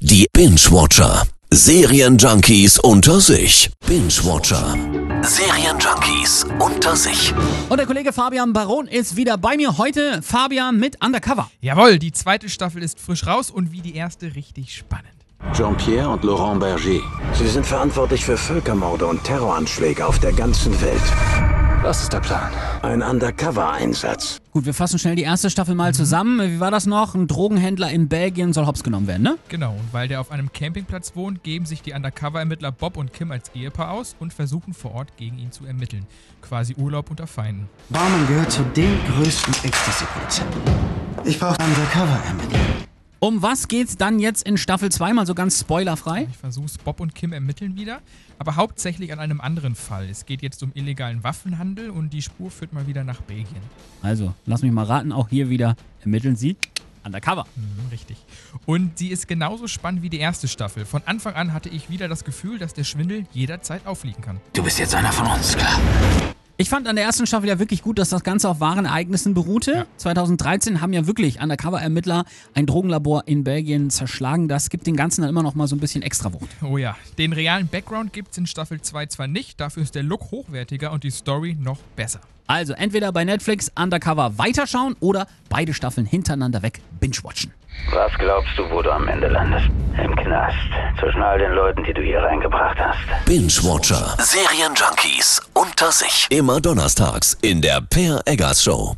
Die Binge-Watcher. Serienjunkies unter sich. Binge-Watcher. Serienjunkies unter sich. Und der Kollege Fabian Baron ist wieder bei mir. Heute Fabian mit Undercover. Jawohl, die zweite Staffel ist frisch raus und wie die erste richtig spannend. Jean-Pierre und Laurent Berger. Sie sind verantwortlich für Völkermorde und Terroranschläge auf der ganzen Welt. Was ist der Plan? Ein Undercover-Einsatz. Gut, wir fassen schnell die erste Staffel mal zusammen. Wie war das noch? Ein Drogenhändler in Belgien soll hops genommen werden, ne? Genau, und weil der auf einem Campingplatz wohnt, geben sich die Undercover-Ermittler Bob und Kim als Ehepaar aus und versuchen vor Ort gegen ihn zu ermitteln. Quasi Urlaub unter Feinden. Baumann gehört zu den größten Ecstasy-Produzenten. Ich brauche Undercover-Ermittler. Um was geht's dann jetzt in Staffel 2 mal so ganz spoilerfrei? Ich versuch's, Bob und Kim ermitteln wieder, aber hauptsächlich an einem anderen Fall. Es geht jetzt um illegalen Waffenhandel und die Spur führt mal wieder nach Belgien. Also, lass mich mal raten, auch hier wieder ermitteln sie undercover. Mhm, richtig. Und sie ist genauso spannend wie die erste Staffel. Von Anfang an hatte ich wieder das Gefühl, dass der Schwindel jederzeit aufliegen kann. Du bist jetzt einer von uns, klar. Ich fand an der ersten Staffel ja wirklich gut, dass das Ganze auf wahren Ereignissen beruhte. 2013 haben ja wirklich Undercover-Ermittler ein Drogenlabor in Belgien zerschlagen. Das gibt den Ganzen dann immer noch mal so ein bisschen extra Wucht. Oh ja, den realen Background gibt's in Staffel 2 zwar nicht, dafür ist der Look hochwertiger und die Story noch besser. Also entweder bei Netflix Undercover weiterschauen oder beide Staffeln hintereinander weg binge-watchen. Was glaubst du, wo du am Ende landest? Im Knast. Zwischen all den Leuten, die du hier reingebracht hast. Binge-Watcher. Serienjunkies unter sich. Immer donnerstags in der Per Eggers Show.